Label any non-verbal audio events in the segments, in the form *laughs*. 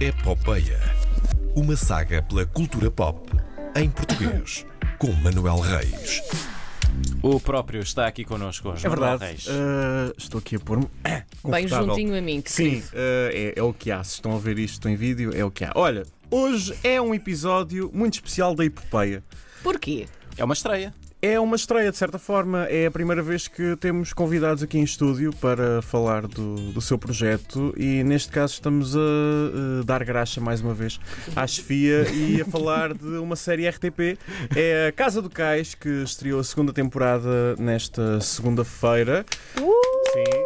Epopeia. Uma saga pela cultura pop em português, com Manuel Reis. O próprio está aqui connosco hoje. É Manuel verdade. Reis. Eh, estou aqui a pôr-me *coughs* Bem confortável. juntinho a mim, que Sim, querido. eh, é, é o que há. Se estão a ver isto em vídeo, é o que há. Olha, hoje é um episódio muito especial da Epopeia. Porquê? É uma estreia. É uma estreia, de certa forma. É a primeira vez que temos convidados aqui em estúdio para falar do, do seu projeto e, neste caso, estamos a eh, dar graxa mais uma vez à chefia e a falar de uma série RTP. É a Casa do Cais, que estreou a segunda temporada nesta segunda-feira. Sim.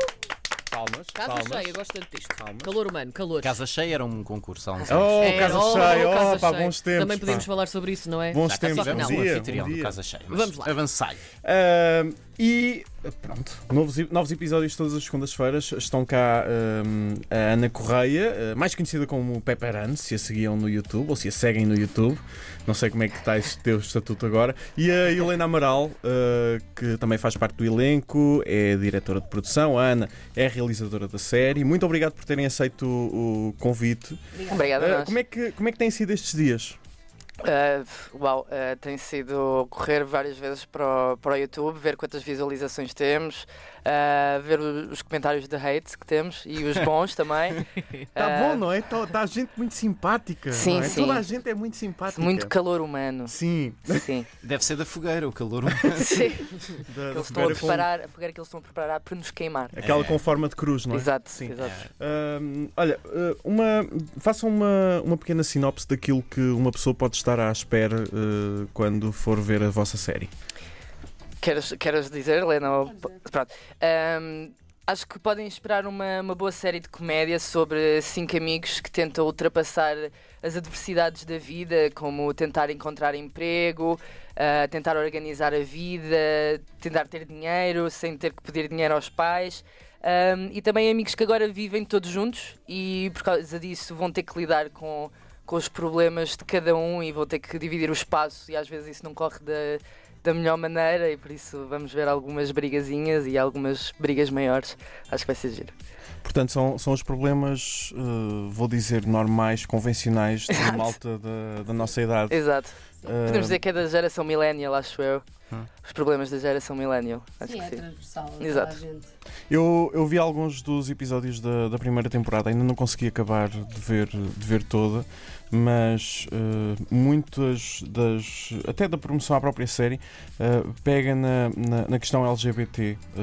Palmas. Uh! Casa cheia, gosto tanto disto. Calor humano, calor. Casa Cheia era um concurso há uns anos. Oh, É, Casa oh, Cheia, Casa oh, pá, Cheia. bons tempos. Também podemos pá. falar sobre isso, não é? Bons Já tempos, só que tivemos não. bom um dia, anfitrião bom do dia. Casa Cheia. mas Vamos lá. Avançai. Ahm, e pronto, novos, novos episódios todas as segundas-feiras. Estão cá ahm, a Ana Correia, ah, mais conhecida como Pepperante, se a seguiam no YouTube ou se a seguem no YouTube. Não sei como é que está esse teu estatuto agora. E a Helena Amaral, ah, que também faz parte do elenco, é diretora de produção. A Ana é realizadora da série. Muito obrigado por terem aceito o, o convite. Obrigada a Ah, nós. como, é que, como é que têm sido estes dias? Ah, uau, ah, tem sido correr várias vezes para o, para o YouTube, ver quantas visualizações temos, ah, ver o- os comentários de hate que temos *laughs* e os bons também. Está Ah, bom, não é? Está tá gente muito simpática. Sim, não é? sim. Toda a gente é muito simpática. Muito calor humano. Sim, Sim. Deve ser da fogueira, o *laughs* calor. Sim. da, da Eles estão a fogueira com- preparar, a fogueira que eles estão a preparar para nos queimar. Aquela É. com forma de cruz, não é? Exato, Sim. exato. Ahm, olha, eh, uma, façam uma, uma pequena sinopse daquilo que uma pessoa pode estar à espera eh, quando for ver a vossa série. Queres, queres dizer, Helena? ou- Pronto. Ahm, acho que podem esperar uma, uma boa série de comédia sobre cinco amigos que tentam ultrapassar as adversidades da vida, como tentar encontrar emprego, ah, tentar organizar a vida, tentar ter dinheiro sem ter que pedir dinheiro aos pais. Ahm, e também amigos que agora vivem todos juntos e por causa disso vão ter que lidar com, com os problemas de cada um e vão ter que dividir o espaço e às vezes isso não corre da, da melhor maneira e por isso vamos ver algumas brigazinhas e algumas brigas maiores. Acho que vai ser giro. Portanto, são, são os problemas, eh, vou dizer, normais, convencionais da malta da, da nossa idade. Exato. Ah, Podemos dizer que é da geração millennial, acho eu. Hum. Os problemas da geração millennial. Acho Sim, é que sim. transversal. a Exato. toda a gente. eu, eu vi alguns dos episódios da, da primeira temporada, ainda não consegui acabar de ver, de ver toda, mas eh, muitas das. até da promoção à própria série, eh, pega na, na, na questão LGBT eh,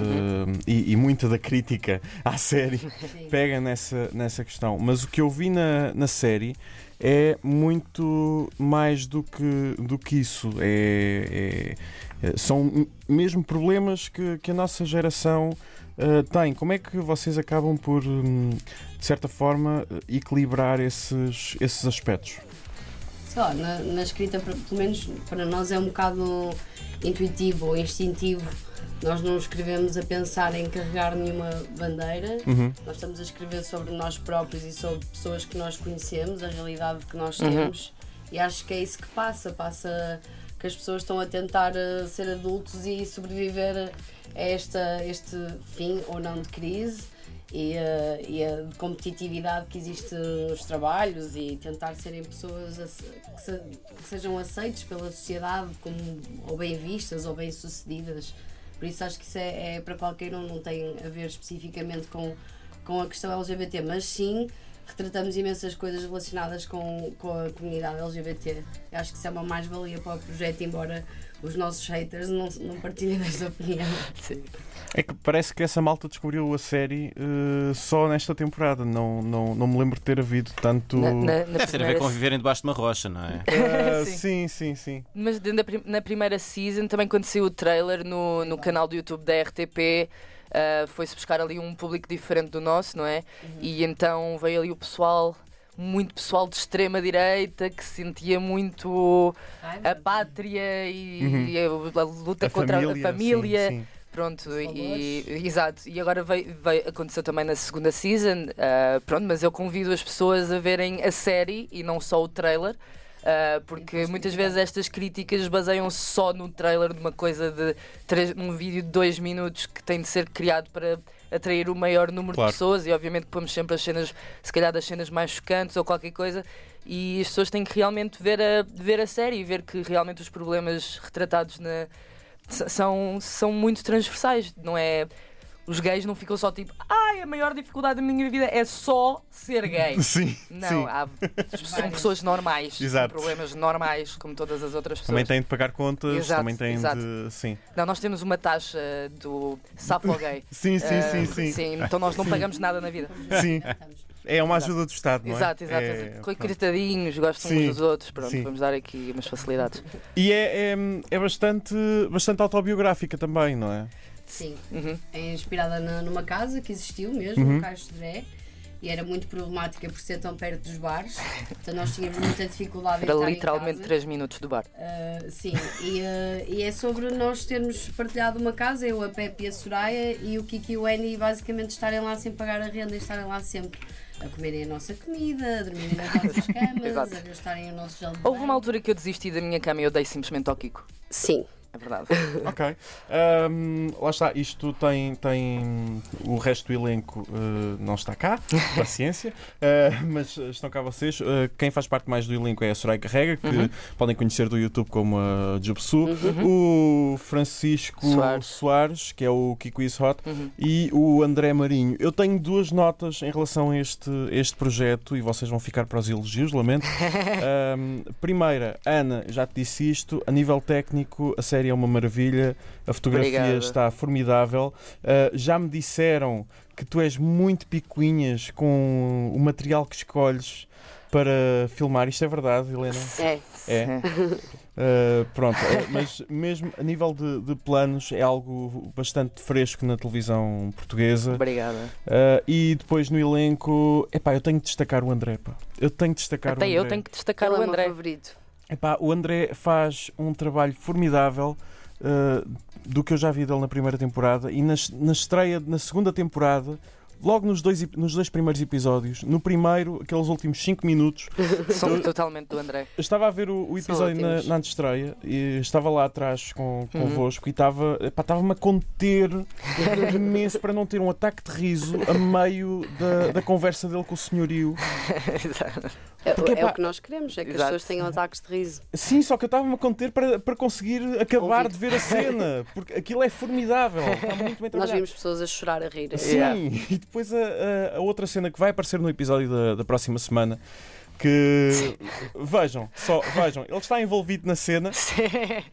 e, e muita da crítica *laughs* à série Sim. pega nessa, nessa questão. Mas o que eu vi na, na série é muito mais do que, do que isso. É, é- é- são m- mesmo problemas que, que a nossa geração ah, tem. Como é que vocês acabam por, hum, de certa forma, eh, equilibrar esses, esses aspectos? Sei lá, na, na escrita, pra- pelo menos para nós, é um bocado intuitivo ou instintivo. Nós não escrevemos a pensar em carregar nenhuma bandeira, nós estamos a escrever sobre nós próprios e sobre pessoas que nós conhecemos, a realidade que nós temos. E acho que é isso que passa. Passa que as pessoas estão a tentar eh, ser adultos e sobreviver a esta, este fim ou não de crise e, eh, e a competitividade que existe nos trabalhos e tentar serem pessoas ace- que, se- que sejam aceites pela sociedade como ou bem vistas ou bem sucedidas. Por isso acho que isso é, é para qualquer um, não tem a ver especificamente com, com a questão LGBT, mas sim retratamos imensas coisas relacionadas com, com a comunidade LGBT. Eu acho que isso é uma mais-valia para o projeto, embora os nossos haters não, não partilhem *laughs* desta opinião. Sim. É que parece que essa malta descobriu a série eh, só nesta temporada. Não, não, não me lembro de ter havido tanto. Na- na- na Deve ter a ver primeira com viverem debaixo de uma rocha, não é? *laughs* Ah, *laughs* Sim. sim, sim, sim. Mas dentro da prim- na primeira season, também quando saiu o trailer no, no canal do YouTube da RTP, ah, foi-se buscar ali um público diferente do nosso, não é? Uhum. E então veio ali o pessoal, muito pessoal de extrema-direita, que sentia muito a pátria e, e a- a luta contra a família. sim, sim. Pronto, e, valores. exato. E agora veio, veio- aconteceu também na segunda season. ah, pronto, mas eu convido as pessoas a verem a série e não só o trailer. ah, porque muitas vezes estas críticas baseiam-se só no trailer de uma coisa de três, um vídeo de dois minutos que tem de ser criado para atrair o maior número Claro. de pessoas e obviamente que pomos sempre as cenas, se calhar das cenas mais chocantes ou qualquer coisa, e as pessoas têm que realmente ver a, ver a série e ver que realmente os problemas retratados na, s- são, são muito transversais, não é? Os gays não ficam só tipo, ai, a maior dificuldade da minha vida é só ser *laughs* gay. Sim, Não, sim. *laughs* há- são pessoas normais, com Exato. problemas normais, como todas as outras pessoas. Também têm de pagar contas, Exato, também têm exato. de. Sim, Não, nós temos uma taxa do safo gay. *laughs* sim, sim, Ah, sim, sim. então nós não pagamos nada na vida. Sim. É uma ajuda do Estado, não é? Exato, exato. É, exato. pronto. Coitadinhos, gostam Sim, uns dos outros. Pronto, sim. vamos dar aqui umas facilidades. E é, é, é bastante, bastante autobiográfica também, não é? Sim. Uhum. é inspirada na- numa casa que existiu mesmo, Uhum. o Cais Sodré, e era muito problemática por ser tão perto dos bares, então nós tínhamos muita dificuldade Era em estar literalmente em casa. 3 minutos do bar. Ah, sim, e, ah, e é sobre nós termos partilhado uma casa, eu, a Pepe e a Soraya, e o Kiki e o Annie, basicamente estarem lá sem pagar a renda e estarem lá sempre a comerem a nossa comida, a dormirem *laughs* nas nossas camas, Exato. a gastarem o nosso gel de Houve uma banho. altura que eu desisti da minha cama e eu dei simplesmente ao Kiko. Sim, É *laughs* verdade. Ok. Ahm, lá está, isto tem, tem o resto do elenco eh, não está cá, paciência, eh, mas estão cá vocês. Eh, quem faz parte mais do elenco é a Soraya Carrega, que podem conhecer do YouTube como a Jubsu, o Francisco Soares. Soares. que é o Kiko Is Hot, Uhum. e o André Marinho. Eu tenho duas notas em relação a este, este projeto e vocês vão ficar para os elogios, lamento. Ahm, primeira, Ana, já te disse isto, a nível técnico a série é uma maravilha, a fotografia Obrigada. está formidável. Ah, já me disseram que tu és muito picuinhas com o material que escolhes para filmar, isto é verdade, Helena? é. É. Uh, pronto, uh, mas mesmo a nível de, de planos é algo bastante fresco na televisão portuguesa. Obrigada. Uh, e depois no elenco, epá, eu tenho que destacar o André, pá. Eu tenho que destacar Até o André. eu tenho que destacar Ele é o o meu André. favorito. Epá, o André faz um trabalho formidável uh, do que eu já vi dele na primeira temporada e na, es- na estreia, na segunda temporada, logo nos dois, ep- nos dois primeiros episódios, no primeiro, aqueles últimos 5 minutos, Sou totalmente *laughs* do André. Eu estava a ver o, o São episódio na, ótimos. Uhum. na estreia e estava lá atrás com, convosco e estava, epá, estava-me a conter um *laughs* imenso para não ter um ataque de riso a meio da, da conversa dele com o senhorio. Exato. É, Porque, é pá- o que nós queremos, é que Exato. as pessoas tenham ataques de riso. Sim, só que eu estava-me a conter para, para conseguir acabar Ouvir. de ver a *laughs* cena, porque aquilo é formidável, está muito bem Nós trabalhado. vimos pessoas a chorar, a rir. assim. Sim, Yeah. e depois a, a- a outra cena que vai aparecer no episódio da, da próxima semana. *laughs* Que vejam, só vejam, ele está envolvido na cena,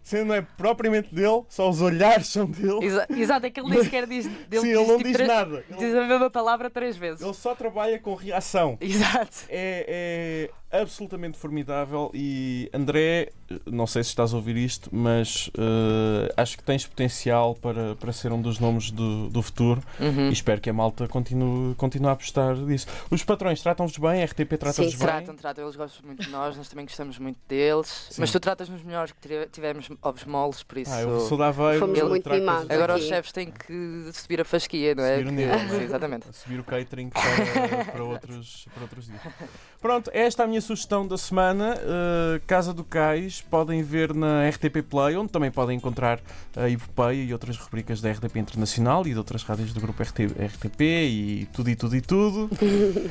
cena não é propriamente dele, só os olhares são dele. Exa- Exato, é que ele nem sequer diz. Ele Sim, diz, ele não tipo, diz três- nada. Ele, Diz a mesma palavra três vezes. ele só trabalha com reação. Exato. É, é absolutamente formidável e André, não sei se estás a ouvir isto, mas eh, acho que tens potencial para, para ser um dos nomes do, do futuro e espero que a malta continue, continue a apostar nisso. Os patrões tratam-vos bem, a RTP trata-vos Sim, bem. Tratam, tratam, eles gostam muito de nós, nós também gostamos muito deles. Mas tu tratas-nos melhor que tire- tivemos ovos moles, por isso. Ah, eu sou da Aveiro, Fomos eu muito trato-os mimados. a- Agora os Sim. chefes têm que subir a fasquia, não é? Subir o Que- nível, não é? *laughs* Sim, *laughs* exatamente. a subir o catering para, para outros, para outros dias. Pronto, esta é a minha sugestão da semana. Uh, Casa do Cais, podem ver na RTP Play, onde também podem encontrar a Ipopeia e outras rubricas da RTP Internacional e de outras rádios do grupo RT RTP e tudo e tudo e tudo.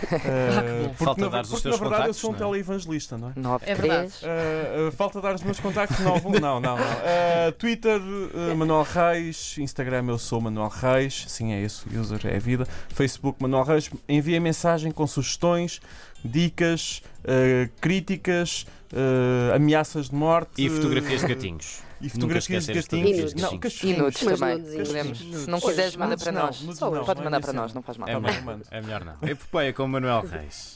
*laughs* Uh, porque Falta na, dar os porque, teus na verdade eu contactos, sou um não é? teleevangelista, não é? 9, É verdade. 3. Uh, uh, falta dar os meus contactos? Não, vou- não, não. não. Uh, Twitter, uh, Manuel Reis. Instagram, eu sou Manuel Reis. Sim, é esse o user, é a vida. Facebook, Manuel Reis. Envia mensagem com sugestões, dicas, uh, críticas, uh, ameaças de morte. E fotografias de *laughs* gatinhos. E fotografias de Nunca esquecer as gatinhos. fotografias de Não, gatinhos. gatinhos. E nudes Mas também. nudezinhos. Podemos- Nudes. Se não quiseres, manda Nudes para não, nós. nudes não, não é Pode mandar para isso. nós, não faz mal. É Tá bem, mais- mando. É melhor não. Epopeia com o Manuel Reis.